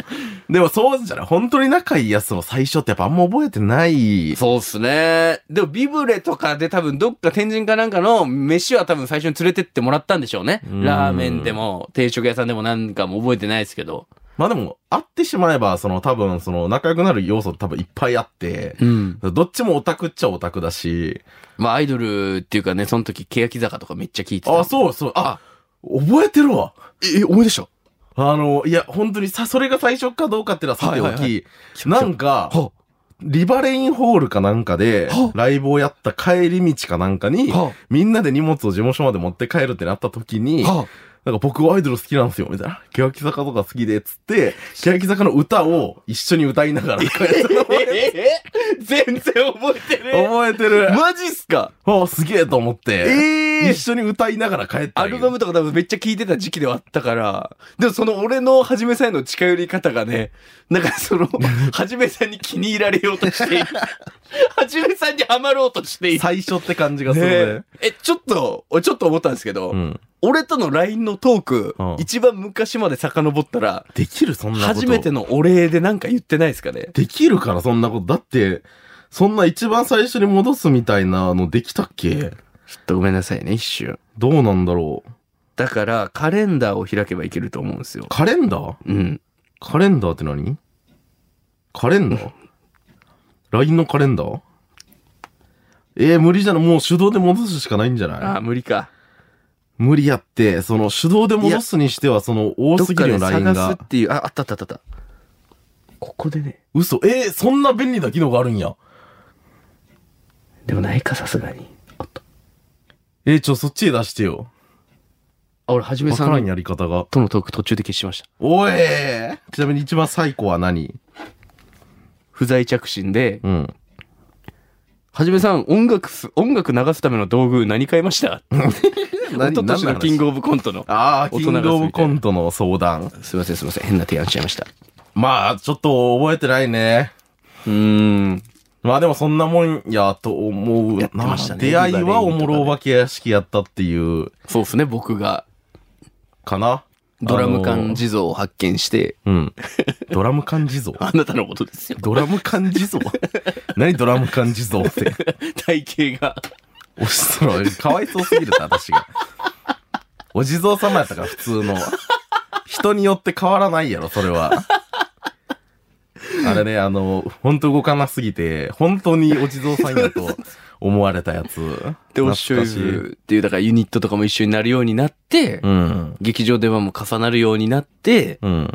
Speaker 3: でもそうじゃない本当に仲いいやつの最初ってやっぱあんま覚えてない。
Speaker 1: そうっすね。でも、ビブレとかで多分、どっか天神かなんかの飯は多分最初に連れてってもらったんでしょうね。
Speaker 3: うん
Speaker 1: ラーメンでも、定食屋さんでもなんかも覚えてないですけど。
Speaker 3: まあでも、会ってしまえば、その多分、その仲良くなる要素多分いっぱいあって、
Speaker 1: うん。
Speaker 3: どっちもオタクっちゃオタクだし、
Speaker 1: まあ、アイドルっていうかね、その時、欅坂とかめっちゃ聞いてた。
Speaker 3: あ、そうそう。あ、覚えてるわ。
Speaker 1: え、思い出した。
Speaker 3: あの、いや、本当にさ、それが最初かどうかっていうのはさておき、
Speaker 1: はいはいは
Speaker 3: なんか、
Speaker 1: は
Speaker 3: リバレインホールかなんかで
Speaker 1: は、
Speaker 3: ライブをやった帰り道かなんかに、
Speaker 1: は
Speaker 3: みんなで荷物を事務所まで持って帰るってなった時に、
Speaker 1: は
Speaker 3: なんか僕アイドル好きなんですよ、みたいな。欅坂とか好きで、つ
Speaker 1: (laughs)
Speaker 3: って、欅坂の歌を一緒に歌いながら、覚
Speaker 1: え、え、え、全然覚え (laughs) てね
Speaker 3: えてる
Speaker 1: え。。マジっすか
Speaker 3: あ、すげえと思って、
Speaker 1: え
Speaker 3: 一緒に歌いながら帰った
Speaker 1: ア
Speaker 3: んよ
Speaker 1: ルバムとか多分めっちゃ聞いてた時期ではあったから、でもその俺のはじめさんへの近寄り方がね、なんか (laughs) その、はじめさんに気に入られようとしてい (laughs) る。はじめさんにはまろうとしている。
Speaker 3: 最初って感じがす
Speaker 1: ね
Speaker 3: る
Speaker 1: え、ちょっと、俺ちょっと思ったんですけど、
Speaker 3: ね。うん。
Speaker 1: 俺との LINE のトーク、
Speaker 3: うん
Speaker 1: 一番昔まで遡ったら、
Speaker 3: できるそんなこと。
Speaker 1: 初めてのお礼でなんか言ってないですかね。
Speaker 3: できるから、そんなこと。だって、そんな一番最初に戻すみたいなのできたっけ
Speaker 1: ちょっとごめんなさいね、一瞬。
Speaker 3: どうなんだろう。
Speaker 1: だから、カレンダーを開けばいけると思うんですよ。
Speaker 3: カレンダー
Speaker 1: うん。
Speaker 3: カレンダーって何カレンダー
Speaker 1: (laughs)
Speaker 3: ?LINE のカレンダーえー、無理じゃない。もう手動で戻すしかないんじゃ
Speaker 1: あ
Speaker 3: ない
Speaker 1: あ、無理か。
Speaker 3: 無理やって、その手動で戻すにしては、その多
Speaker 1: どっ
Speaker 3: すぎ
Speaker 1: か
Speaker 3: るよ
Speaker 1: で
Speaker 3: LINE
Speaker 1: 探す
Speaker 3: が
Speaker 1: っ。ていう、あ、あったあったあった。ここでね。
Speaker 3: 嘘。えー、そんな便利な機能があるんや。
Speaker 1: でもないか、さすがに。あった。
Speaker 3: えー、ちょ、そっちへ出してよ。
Speaker 1: あ、俺、はじめ
Speaker 3: わか
Speaker 1: さ
Speaker 3: らん
Speaker 1: ん
Speaker 3: やり方が。
Speaker 1: とのトーク途中で消しました。
Speaker 3: おいちなみに一番最高は何
Speaker 1: 不在着信で、
Speaker 3: うん。
Speaker 1: はじめさん、音楽す、音楽流すための道具何買いま (laughs) した一
Speaker 3: 何
Speaker 1: 昨年のキングオブコントの。
Speaker 3: ああ、
Speaker 1: 大
Speaker 3: キ
Speaker 1: 人
Speaker 3: ン
Speaker 1: が
Speaker 3: グオブコントの相談。
Speaker 1: すいません、すいません。変な提案しちゃいました。
Speaker 3: まあ、ちょっと覚えてないね。
Speaker 1: うーん。
Speaker 3: まあでもそんなもんやと思う
Speaker 1: やって
Speaker 3: な
Speaker 1: ましたね
Speaker 3: 出会いは
Speaker 1: リ
Speaker 3: お
Speaker 1: バレイン
Speaker 3: も
Speaker 1: とかね
Speaker 3: ろお化け屋敷やったっていう、
Speaker 1: そうですね、僕が。
Speaker 3: かな。
Speaker 1: ドラム缶
Speaker 3: 地
Speaker 1: 地蔵を発見して、
Speaker 3: うん。ドラム缶地蔵
Speaker 1: あなたのことですよ。
Speaker 3: (laughs) ドラム缶地蔵 (laughs) 何ドラム缶地蔵って。
Speaker 1: (laughs) 体型が。
Speaker 3: おしそろ、かわいそうすぎるって私が。お地蔵様やったから普通の。人によって変わらないやろ、それは。あれね、あの、ほんと動かなすぎて、本当にお地蔵さんやと思われたやつ。
Speaker 1: で、オッショイ
Speaker 3: 懐かしい
Speaker 1: ズっていう、だからユニットとかも一緒になるようになって、
Speaker 3: うん。
Speaker 1: 劇場電話も重なるようになって、
Speaker 3: うん。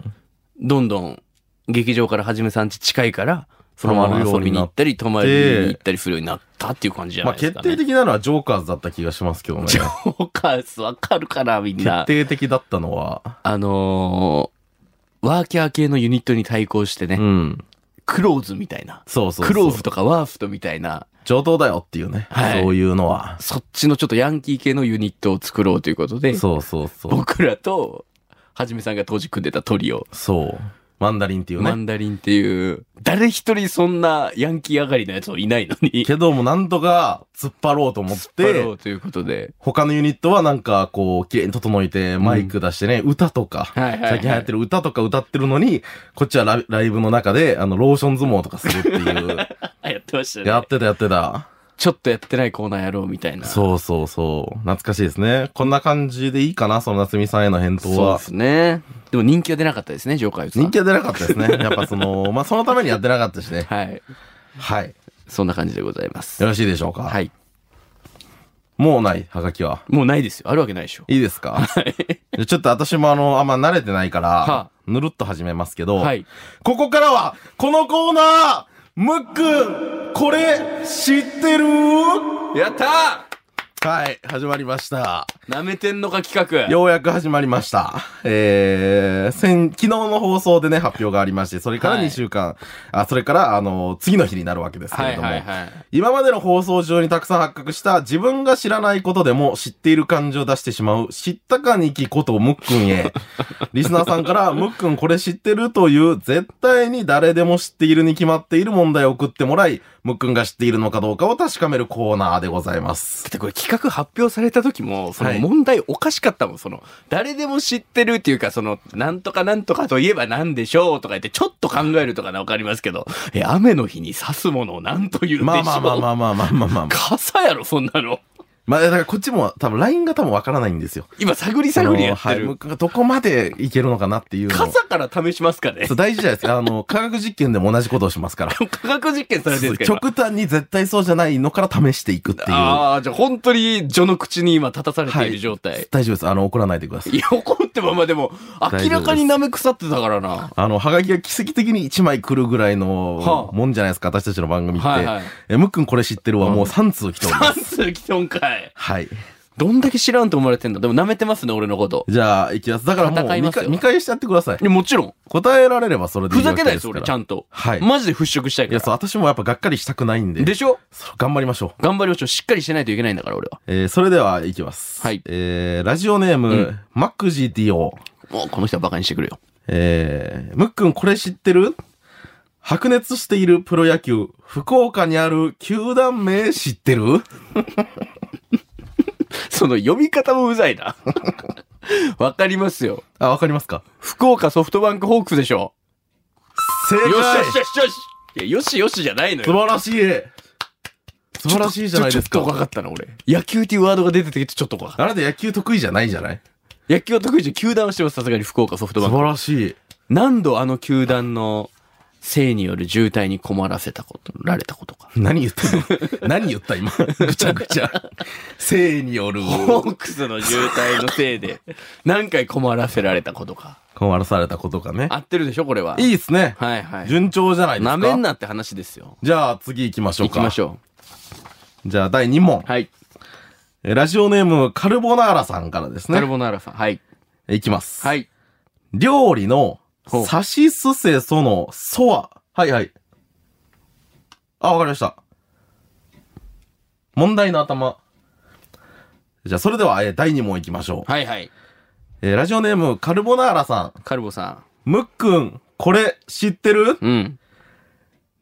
Speaker 1: どんどん劇場からはじめさんち近いから、そのまま遊びに行ったり、泊まりに行ったりするようになったっていう感じじゃ
Speaker 3: ま
Speaker 1: な
Speaker 3: あ、
Speaker 1: いです
Speaker 3: 決
Speaker 1: か、ね。
Speaker 3: 定的なのはジョーカーズだった気がしますけどね。
Speaker 1: お母さんわかるかな、みんな
Speaker 3: 決。定的だったのは。
Speaker 1: あのー、ワーキャー系のユニットに対抗してね、
Speaker 3: うん。
Speaker 1: クローズみたいな。
Speaker 3: そうそうそう。
Speaker 1: クローズとかワーフトみたいな、
Speaker 3: 上等だよっていうね。
Speaker 1: はい
Speaker 3: そういうのは。
Speaker 1: そっちのちょっとヤンキー系のユニットを作ろうということで、
Speaker 3: そうそうそう。
Speaker 1: 僕らと、はじめさんが当時組んでたトリオ、
Speaker 3: そう。マンダリンっていうね
Speaker 1: マ。ンダリンっていう、誰一人そんなヤンキー上がりのやつもいないのに、
Speaker 3: けどもなんとか突っ張ろうと思
Speaker 1: 引
Speaker 3: っ
Speaker 1: っ張ろ
Speaker 3: て、
Speaker 1: うということで、
Speaker 3: 他のユニットはなんかこう、綺麗に整えて、マイク出してね、歌とか、
Speaker 1: はいはいはい
Speaker 3: 最近流行ってる歌とか歌ってるのに、こっちはラライブの中で、あの、ローション相撲とかするっていう。
Speaker 1: (laughs) あ、やってましたね。
Speaker 3: やってたやってた。
Speaker 1: ちょっとやってないコーナーやろうみたいな。う。
Speaker 3: そうそうそう。懐かしいですね。こんな感じでいいかな、その夏美さんへの返答
Speaker 1: そう
Speaker 3: は
Speaker 1: で。すね。でも人気は出なかったですね、ジョーカーさん
Speaker 3: 人気は出なかったですね。やっぱ
Speaker 1: (laughs)
Speaker 3: その、まあ、そのためにやってなかったしね。
Speaker 1: はい。
Speaker 3: はい。
Speaker 1: そんな感じでございます。
Speaker 3: よろしいでしょうか。
Speaker 1: はい。
Speaker 3: もうない、はがきは。
Speaker 1: もうないですよ。あるわけないで
Speaker 3: (laughs)
Speaker 1: しょ。
Speaker 3: いいですかじゃあちょっと私もあの、あんま慣れてないから、
Speaker 1: は
Speaker 3: ぬるっと始めますけど、
Speaker 1: はい。
Speaker 3: ここからは、このコーナームックンこれ、知ってる
Speaker 1: やった
Speaker 3: はい、始まりました。
Speaker 1: ーなめてんのか企画。
Speaker 3: (laughs) ようやく始まりました。えー、先、昨日の放送でね、発表がありまして、それから
Speaker 1: はい
Speaker 3: 2週間、あ、それから、あの、次の日になるわけですけ
Speaker 1: は
Speaker 3: れ
Speaker 1: い
Speaker 3: ども、
Speaker 1: はいはい。
Speaker 3: 今までの放送上にたくさん発覚した自分が知らないことでも知っている感じを出してしまう知ったかにきことムック
Speaker 1: (laughs)
Speaker 3: ンへ。リスナーさんからムックンこれ知ってるという絶対に誰でも知っているに決まっている問題を送ってもらい、ムックンが知っているのかどうかを確かめるコーナーでございます
Speaker 1: だっ。てこれ企画発表された時も、その
Speaker 3: はい
Speaker 1: 問題おかしかったもん、その、誰でも知ってるっていうか、その、なんとかなんとかといえばなんでしょうとか言って、ちょっと考えるとかなわかりますけど、え、雨の日に刺すものをなんと言うでしょう。
Speaker 3: まあまあまあまあまあまあまあまあまあ。
Speaker 1: 傘やろ、そんなの。
Speaker 3: まあだからこっちも多分 LINE が多分わからないんですよ。
Speaker 1: 今、探り探りやっ
Speaker 3: そのは
Speaker 1: て
Speaker 3: いムッ
Speaker 1: る。
Speaker 3: クンがどこまでいけるのかなっていうのを。
Speaker 1: 傘から試しますかね
Speaker 3: そ。う大事じゃな
Speaker 1: (laughs)
Speaker 3: いですか。あの、科学実験でも同じことをしますから。
Speaker 1: 科学実験されてるんですか今
Speaker 3: 極端に絶対そうじゃないのから試していくっていう。
Speaker 1: ああ、じゃあ本当に序の口に今立たされている状態。い、
Speaker 3: 大丈夫です。あの、怒らないでください。
Speaker 1: や、怒ってままでも、明らかに舐め腐ってたからな。
Speaker 3: あの、はがきが奇跡的に1枚来るぐらい
Speaker 1: は
Speaker 3: の
Speaker 1: あ
Speaker 3: もんじゃないですか、私たちの番組って。
Speaker 1: はいはい
Speaker 3: え、むっくんこれ知ってるわ、もう3通来ておりま
Speaker 1: 三 (laughs)
Speaker 3: す。
Speaker 1: 通来とんかい。
Speaker 3: はい。
Speaker 1: どんだけ知らんと思われてんだ。でも舐めてますね、俺のこと。
Speaker 3: じゃあ、いきます。だからもう
Speaker 1: 戦い
Speaker 3: 見
Speaker 1: ます
Speaker 3: か
Speaker 1: よ
Speaker 3: 見返してやってください
Speaker 1: い。やもちろん。
Speaker 3: 答えられればそれでい
Speaker 1: ふ
Speaker 3: いわ
Speaker 1: ざけ
Speaker 3: け
Speaker 1: ない
Speaker 3: で
Speaker 1: ですす、
Speaker 3: から。
Speaker 1: 俺、ちゃんと。
Speaker 3: はい
Speaker 1: マジで払拭したい
Speaker 3: い
Speaker 1: か
Speaker 3: や、
Speaker 1: ら。
Speaker 3: そう、私もやっぱがっかりしたくないんで。
Speaker 1: でしょ
Speaker 3: そう頑張りましょう。
Speaker 1: 頑張りましょう。しっかりしてないといけないんだから、俺は。
Speaker 3: えー、それでは、いきます。
Speaker 1: はい
Speaker 3: えー、ラジオネーム、マック GTO。
Speaker 1: もう、この人はバカにしてくれよ。
Speaker 3: えー、むっくんこれ知ってる白熱しているプロ野球、福岡にある球団名知ってる
Speaker 1: その読み方もうざいな。 (laughs) わかりますよ。
Speaker 3: あ、わかりますか
Speaker 1: 福岡ソフトバンクホークスでしょ。
Speaker 3: 正
Speaker 1: よ
Speaker 3: 解
Speaker 1: しよしよしよし。いや、よしよしじゃないの
Speaker 3: 素
Speaker 1: よ。
Speaker 3: 晴らしい素晴らしいじゃないです
Speaker 1: ちょっとちょっと怖
Speaker 3: か。
Speaker 1: かったな、俺。野球っていうワードが出てきてちょっと怖かっ
Speaker 3: あなた野球得意じゃないじゃない
Speaker 1: た。野球は得意じゃん球団をしてます、さすがに福岡ソフトバ
Speaker 3: 素
Speaker 1: ンク。
Speaker 3: 晴らしい。
Speaker 1: 何度あの球団の性による渋滞に困らせたこと、られたことか。
Speaker 3: 何言った
Speaker 1: (laughs)
Speaker 3: の何言った今。ぐちゃぐちゃ。性による。
Speaker 1: ホークスの渋滞のせいで、何回困らせられたことか。
Speaker 3: 困らされたことかね。
Speaker 1: 合ってるでしょ、これは。
Speaker 3: いいですね。
Speaker 1: はいはい。
Speaker 3: 順調じゃないですか。
Speaker 1: なめんなって話ですよ。
Speaker 3: じゃあ次行きましょう
Speaker 1: 行
Speaker 3: か。
Speaker 1: きましょ
Speaker 3: じゃあ第2問
Speaker 1: う。。はい。
Speaker 3: えラジオネーム、カルボナーラさんからです
Speaker 1: カ
Speaker 3: ね
Speaker 1: ル。ボナーラさん。はい。
Speaker 3: いきます。。
Speaker 1: はいい。
Speaker 3: 料理の
Speaker 1: ほう、
Speaker 3: さしすせその、そは。はいはい。あ、わかりました。問題の頭。じゃあ、それでは、えー第2問いきましょう。
Speaker 1: はいはい。
Speaker 3: えーラジオネーム、カルボナーラさん。
Speaker 1: カルボさ
Speaker 3: むっくん、これ、知ってる
Speaker 1: ん。うん。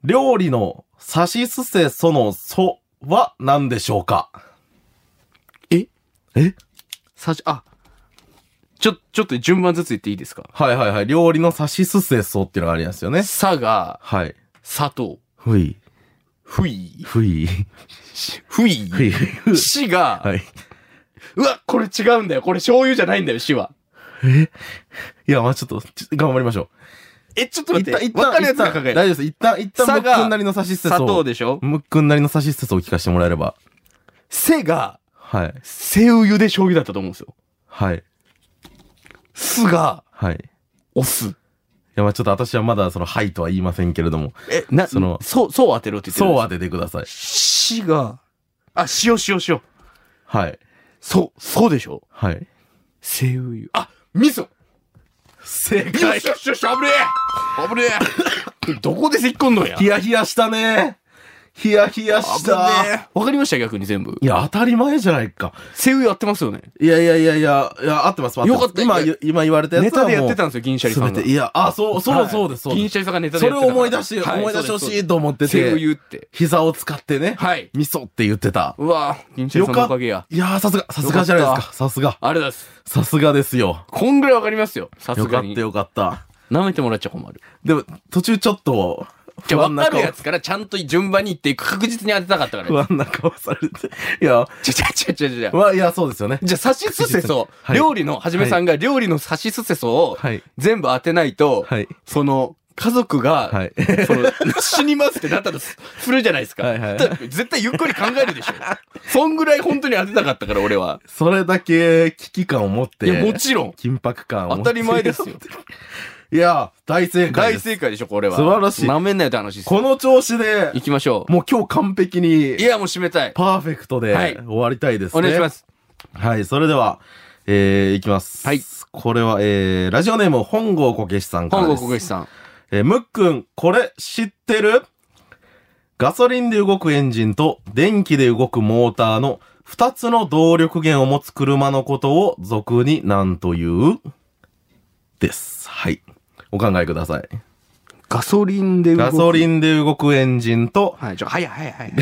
Speaker 3: 料理の、さしすせその、そは、何でしょうか
Speaker 1: え
Speaker 3: え
Speaker 1: さし、あ、ちょ、ちょっと順番ずつ言っていいですか
Speaker 3: はいはいはい。料理のさしすせそっていうのがありますよね。
Speaker 1: さが、
Speaker 3: はい。
Speaker 1: 砂糖。
Speaker 3: ふい、
Speaker 1: ふい。
Speaker 3: ふ
Speaker 1: ふい。
Speaker 3: い、ふい、ふい。
Speaker 1: しが、
Speaker 3: (laughs) はい。
Speaker 1: うわ、これ違うんだよ。これ醤油じゃないんだよ、しは。
Speaker 3: いや、まあちょっと、ちょ頑張りましょ
Speaker 1: え、ちょっと
Speaker 3: う。
Speaker 1: 待って。わかるやつ
Speaker 3: 一旦
Speaker 1: が考え
Speaker 3: 大
Speaker 1: る。
Speaker 3: 丈夫です。一旦、一旦、
Speaker 1: さ
Speaker 3: む
Speaker 1: が
Speaker 3: っくんなりの差し捨て
Speaker 1: 砂糖
Speaker 3: そ
Speaker 1: でしょ
Speaker 3: う。むっくんなりの差し捨てそうを聞かせてもらえれば。
Speaker 1: せが、
Speaker 3: はい。
Speaker 1: せうゆで醤油だったと思うんですよ。
Speaker 3: はい。
Speaker 1: すが、
Speaker 3: はい。い
Speaker 1: お酢。
Speaker 3: や、まあちょっと私はまだ、その、はいとは言いませんけれども、
Speaker 1: え、な、
Speaker 3: その
Speaker 1: そう、そう当てろって言ってる。
Speaker 3: そう当ててください。
Speaker 1: しが、あ、塩塩塩。
Speaker 3: はい。
Speaker 1: そう、そうでしょ
Speaker 3: はい。
Speaker 1: セウ油。あ、味噌
Speaker 3: 正
Speaker 1: よしよしよし、危ねえ危ねえどこでせっこんのや
Speaker 3: ヒヤヒヤしたね。ヒヤヒヤし
Speaker 1: 危
Speaker 3: た。
Speaker 1: ねえわかりました逆に全部
Speaker 3: い。や、当たり前じゃないか。
Speaker 1: セウ油やってますよね。
Speaker 3: いやいやいやいや、いや、合ってます、合ってます。
Speaker 1: よかった
Speaker 3: 今、ゆ今言われたやつ
Speaker 1: ネ
Speaker 3: は
Speaker 1: タ
Speaker 3: もう。
Speaker 1: でやってたんですよ、銀シャリさん
Speaker 3: 全
Speaker 1: が
Speaker 3: て。。いや、あ、そう、そう、そうです、そう
Speaker 1: 銀
Speaker 3: で
Speaker 1: シャリさんがネタ
Speaker 3: す。
Speaker 1: で
Speaker 3: そ
Speaker 1: やって
Speaker 3: れを
Speaker 1: たから
Speaker 3: 思い出して、
Speaker 1: は
Speaker 3: 思い出してほし
Speaker 1: そうで
Speaker 3: いと思って
Speaker 1: すセウ
Speaker 3: て。
Speaker 1: 油って。
Speaker 3: 膝を使ってね、
Speaker 1: はい
Speaker 3: 味噌って言ってた。
Speaker 1: うわぁ、銀シャリさんのおかげや。
Speaker 3: いやー、さすが、さすがじゃないですか。さすが。
Speaker 1: あれだっす。
Speaker 3: さすがですよ。
Speaker 1: こんぐらいわかりますよ。さす
Speaker 3: よか
Speaker 1: が
Speaker 3: っ
Speaker 1: に
Speaker 3: た。よかった。
Speaker 1: 舐めてもらっちゃ困る。
Speaker 3: でも、途中ちょっと、
Speaker 1: じゃ
Speaker 3: 不
Speaker 1: あ
Speaker 3: 安
Speaker 1: 分
Speaker 3: な
Speaker 1: かる
Speaker 3: 顔、
Speaker 1: やつからちゃんと順番に言って確実に当てたかったから。
Speaker 3: 不安な顔されて。いや、
Speaker 1: ちゃちゃちゃちゃちゃ。
Speaker 3: まあ、いや、そうですよね。
Speaker 1: じゃあ、さしすせそ、
Speaker 3: はい
Speaker 1: 料理の、はじめさんが料理のさしすせそを
Speaker 3: はい、
Speaker 1: 全部当てないと、
Speaker 3: はい
Speaker 1: その、家族が、
Speaker 3: はい
Speaker 1: その死にますってなったとすするじゃないですか。
Speaker 3: はいはい
Speaker 1: だから絶対ゆっくり考えるでしょ。そんぐらい本当に当てたかったから、俺は。
Speaker 3: それだけ危機感を持って。
Speaker 1: いや、もちろん。
Speaker 3: 緊迫感を持
Speaker 1: 当
Speaker 3: ったて
Speaker 1: り前ですよ。。
Speaker 3: (laughs) いや、大正解
Speaker 1: 大
Speaker 3: です。
Speaker 1: 正解でしょ、これは。
Speaker 3: 素晴らしい
Speaker 1: なめんなよって話です。
Speaker 3: この調子で、
Speaker 1: 行きましょ
Speaker 3: もう今日完璧
Speaker 1: う。い
Speaker 3: に、
Speaker 1: や、もう締めたい。
Speaker 3: パーフェクトで
Speaker 1: はい
Speaker 3: 終わりたいですね。。
Speaker 1: お願いしますす。
Speaker 3: はい、それでは、えー、いきます。
Speaker 1: はい。
Speaker 3: これは、えー、ラジオネーム、本郷こけしさんから
Speaker 1: 本
Speaker 3: です。
Speaker 1: 郷こけしさん。
Speaker 3: えーむっくん、これ知ってるガソリンで動くエンジンと電気で動くモーターの二つの動力源を持つ車のことを俗に何というです。はい。お考えください。
Speaker 1: ガソリンで動く。
Speaker 3: ガソリンで動くエンジンと、
Speaker 1: はい、ちょ、早い早い早い。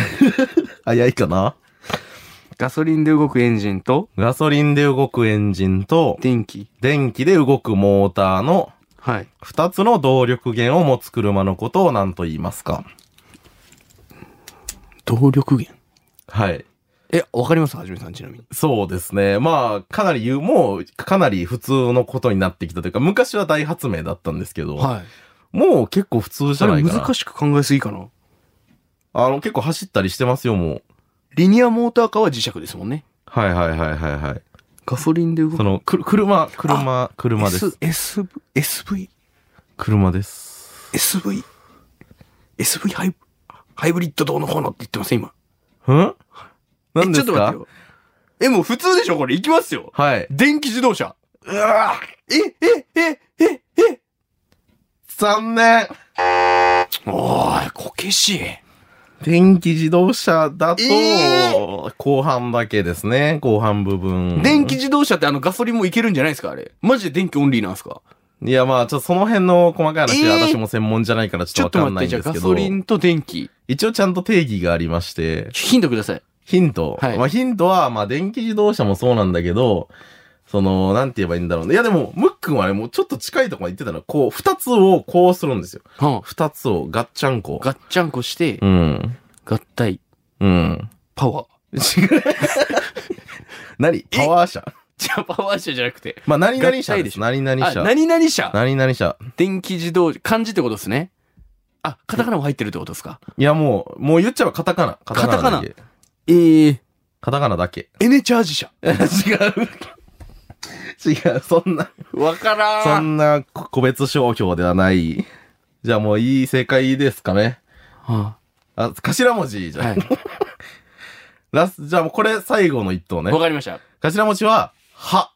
Speaker 3: 早いかな
Speaker 1: ガソリンで動くエンジンと、
Speaker 3: ガソリンで動くエンジンと、
Speaker 1: 電気。
Speaker 3: 電気で動くモーターの
Speaker 1: はい。
Speaker 3: 二つの動力源を持つ車のことを何と言いますか
Speaker 1: 動力源。
Speaker 3: はい。
Speaker 1: え、わかりますはじめさん、ちなみに。
Speaker 3: そうですね。まあ、かなり言う、もう、かなり普通のことになってきたというか、昔は大発明だったんですけど、
Speaker 1: はい。
Speaker 3: もう結構普通じ
Speaker 1: そ
Speaker 3: ゃな
Speaker 1: れ
Speaker 3: いかな。
Speaker 1: 難しく考えすぎかな。
Speaker 3: あの、結構走ったりしてますよ、もう。
Speaker 1: リニアモーターカーは磁石ですもんね。
Speaker 3: はいはいはいはいはい。
Speaker 1: ガソリンで動く。
Speaker 3: その、くる、車、車、車です。
Speaker 1: S、S、SV、
Speaker 3: 車です。
Speaker 1: SV、SV ハイブ、ハイブリッドどうのこうのって言ってません、今。
Speaker 3: ん
Speaker 1: え
Speaker 3: 何です
Speaker 1: ちょっ
Speaker 3: か
Speaker 1: と待ってよ。え、もう普通でしょこれ、行きますよ。
Speaker 3: はい。
Speaker 1: 電気自動車。
Speaker 3: うわ
Speaker 1: え、え、え、え、え。
Speaker 3: 残念
Speaker 1: おーい、こけし。
Speaker 3: 電気自動車だと、
Speaker 1: え
Speaker 3: 後半だけですね。後半部分。
Speaker 1: 電気自動車ってあのガソリンもいけるんじゃないですかあれ。マジで電気オンリーなんですか
Speaker 3: いや、まあ、ちょっとその辺の細かい話は
Speaker 1: えー
Speaker 3: 私も専門じゃないからち
Speaker 1: ちょ
Speaker 3: ょっ
Speaker 1: っ
Speaker 3: と
Speaker 1: と
Speaker 3: わかん
Speaker 1: 待っ
Speaker 3: ない
Speaker 1: て、
Speaker 3: ん
Speaker 1: じゃ
Speaker 3: で
Speaker 1: あガ
Speaker 3: すけ
Speaker 1: ソ
Speaker 3: ど、
Speaker 1: リンと電気。
Speaker 3: 一応ちゃんと定義がありまして、
Speaker 1: ヒントください。
Speaker 3: ヒント。
Speaker 1: はい
Speaker 3: まあ、ヒントは、まあ、電気自動車もそうなんだけど、その、なんて言えばいいんだろうね。いや、でも、ムックンはね、もうちょっと近いところに行ってたら、こう、二つをこうするんですよ。
Speaker 1: はあ、
Speaker 3: 二つをガッチャンコ。
Speaker 1: ガッチャンコして、
Speaker 3: うん。
Speaker 1: 合体、
Speaker 3: うん。
Speaker 1: パワー。
Speaker 3: 違う。何パワー車。
Speaker 1: (laughs) じゃあパワー車じゃなくて。
Speaker 3: まあ、何々
Speaker 1: 合
Speaker 3: 車
Speaker 1: 体
Speaker 3: で。
Speaker 1: ですし
Speaker 3: 何々
Speaker 1: あ、
Speaker 3: 車。
Speaker 1: 何々車
Speaker 3: 何々車。
Speaker 1: 電気自動車、漢字ってことですね。あ、カタカナも入ってるってことですか。
Speaker 3: いや、もう、もう言っちゃえばカタカナ。カタカナだけ。
Speaker 1: えー、
Speaker 3: カタカナだけ。
Speaker 1: エネチャー (laughs) ジ車。
Speaker 3: 違う。違う、そんな、
Speaker 1: わか
Speaker 3: (laughs) そ
Speaker 1: らん。
Speaker 3: んなこ個別商標ではない。じゃあもういい正解ですかね。
Speaker 1: は
Speaker 3: あ、頭文字じ
Speaker 1: あ
Speaker 3: ゃん。
Speaker 1: はい。
Speaker 3: ラス、じゃあもうこれ最後の一投ね
Speaker 1: わ。かりました。
Speaker 3: 頭文字は、は。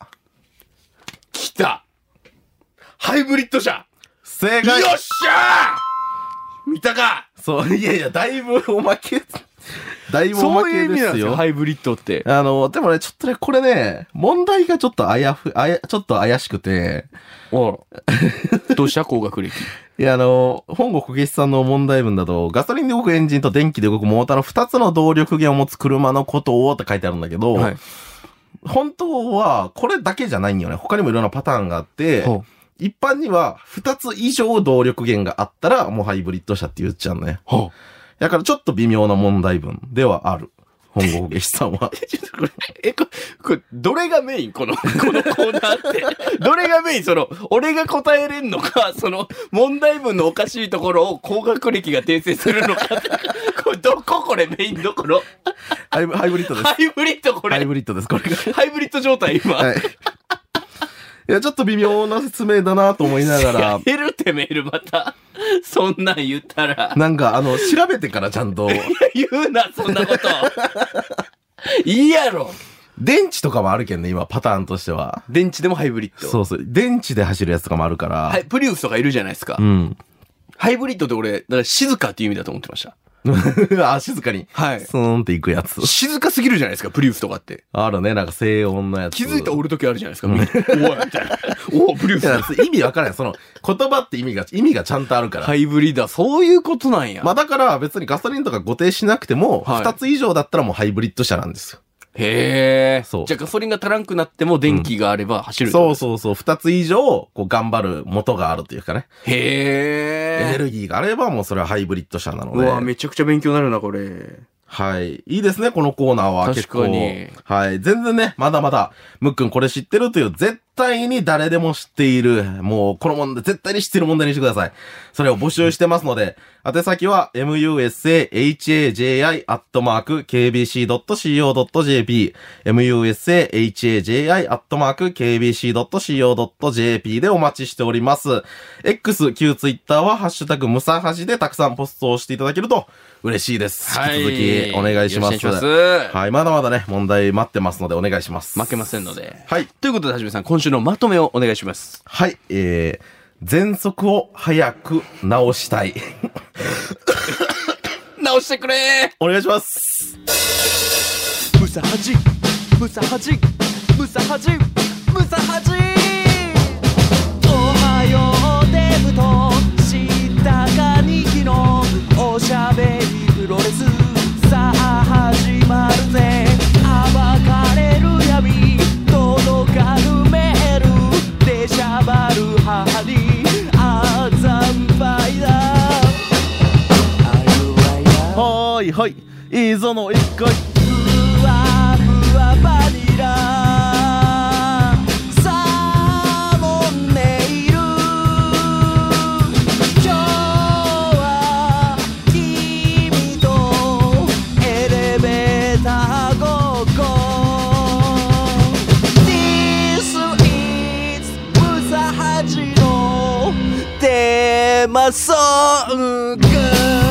Speaker 1: 来たハイブリッド車
Speaker 3: 正
Speaker 1: よ
Speaker 3: 解
Speaker 1: っしゃー見たか
Speaker 3: そう、いやいや、だいぶおまけ、 (laughs) だいぶおま
Speaker 1: そう
Speaker 3: け
Speaker 1: いう意味
Speaker 3: で
Speaker 1: なん
Speaker 3: す
Speaker 1: ですよ、
Speaker 3: よ。
Speaker 1: ハイブリッドって。
Speaker 3: あの、でもね、ちょっとね、これね、問題がちょっとあやふ、あや、ちょっと怪しくて、
Speaker 1: おらどうした高学歴。
Speaker 3: いや、あの、本郷こけしさんの問題文だと、ガソリンで動くエンジンと電気で動くモーターの2つの動力源を持つ車のことをって書いてあるんだけど、
Speaker 1: はい
Speaker 3: 本当はこれだけじゃないんよね。他にもいろんなパターンがあって、一般には2つ以上動力源があったら、もうハイブリッド車って言っちゃうね。
Speaker 1: は
Speaker 3: だからちょっと微妙な問題文ではある。本郷こけしさんは。 (laughs)
Speaker 1: これ、 (laughs) え、ここれ、どれがメインこの、 (laughs) このコーナーって。どれがメインその、俺が答えれんのか、その、問題文のおかしいところを高学歴が訂正するのかって。これ、どここれメインどころ
Speaker 3: ハイブハイブリッドです。
Speaker 1: ハイブリッドこれ。
Speaker 3: ハ
Speaker 1: ハ
Speaker 3: イ
Speaker 1: イ
Speaker 3: ブリッドです、これが。
Speaker 1: ブリッド状態今。
Speaker 3: はい。 (laughs) いや、ちょっと微妙な説明だなと思いながら
Speaker 1: や、めるってメールまた。そんなん言ったら。
Speaker 3: (laughs) なんか、あの、調べてからちゃんと、
Speaker 1: 言うな、そんなこと。いいやろ。
Speaker 3: 電池とかもあるけんね、今、パターンとしては。
Speaker 1: 電池でもハイブリッド。
Speaker 3: そうそう。電池で走るやつとかもあるから。
Speaker 1: はい、プリウスとかいるじゃないですか。
Speaker 3: うん。 (laughs)
Speaker 1: ハイブリッドって俺、だから静かっていう意味だと思ってました。
Speaker 3: あ、静かに。
Speaker 1: は
Speaker 3: スーンって行くやつ。
Speaker 1: 静かすぎるじゃないですか、プリウスとかって。
Speaker 3: あるね、なんか静音のやつ。
Speaker 1: 気づいたら
Speaker 3: い
Speaker 1: 俺時あるじゃないですか、みんなおいみたいな。おお、プリ
Speaker 3: (laughs)
Speaker 1: ウス
Speaker 3: や
Speaker 1: だ。
Speaker 3: 意味わからない。その、言葉って意味が、意味がちゃんとあるから。
Speaker 1: ハイブリッドはそういうことなんや。
Speaker 3: まあだから別にガソリンとか固定しなくても、
Speaker 1: はい
Speaker 3: 二つ以上だったらもうハイブリッド車なんですよ。
Speaker 1: へえ。
Speaker 3: そう
Speaker 1: じゃあガソリンが足らんくなっても電気があれば走る。
Speaker 3: そうそうそう。二つ以上、こう頑張る元があるというかね。エ
Speaker 1: へ
Speaker 3: ネ
Speaker 1: え。
Speaker 3: ルギーがあればもうそれはハイブリッド車なの
Speaker 1: うわ、
Speaker 3: で。
Speaker 1: めちゃくちゃ勉強になるな、これ。
Speaker 3: はい。いいですね、このコーナーは。結構
Speaker 1: 確かに
Speaker 3: はい。全然ね、まだまだ、むっくんこれ知ってるという、絶対に誰でも知っている、もう、この問題、絶対に知ってる問題にしてください。それを募集してますので、宛先は、musahaji.kbc.co.jp、musahaji.kbc.co.jp でお待ちしております。X、旧 Twitter は、ハッシュタグ、ムサハジでたくさんポストをしていただけると、嬉しいです。引き続き、お願いしま
Speaker 1: よ
Speaker 3: す。
Speaker 1: ろくお願いしま
Speaker 3: はい、まだまだね、問題待ってますので、お願いします。
Speaker 1: す負けませんので。
Speaker 3: はい。
Speaker 1: ということで、はじめさん、今週のまとめをお願いします。
Speaker 3: はい、えー、喘息を早く直したい。 (laughs)
Speaker 1: 直してくれ
Speaker 3: お願いします。
Speaker 1: ムサハジムサハジムサハジムサハジ
Speaker 4: おはようデブとしたかにきのおしゃべりプロレスさあ始まるぜ暴かれる闇届かぬメールでしゃばる母にあざんぱいだ
Speaker 3: はーい、はい。いいぞの一回。
Speaker 4: ふわふわバニラサーモンネイル今日は君とエレベーターごっこ This is ムサハジのテーマソング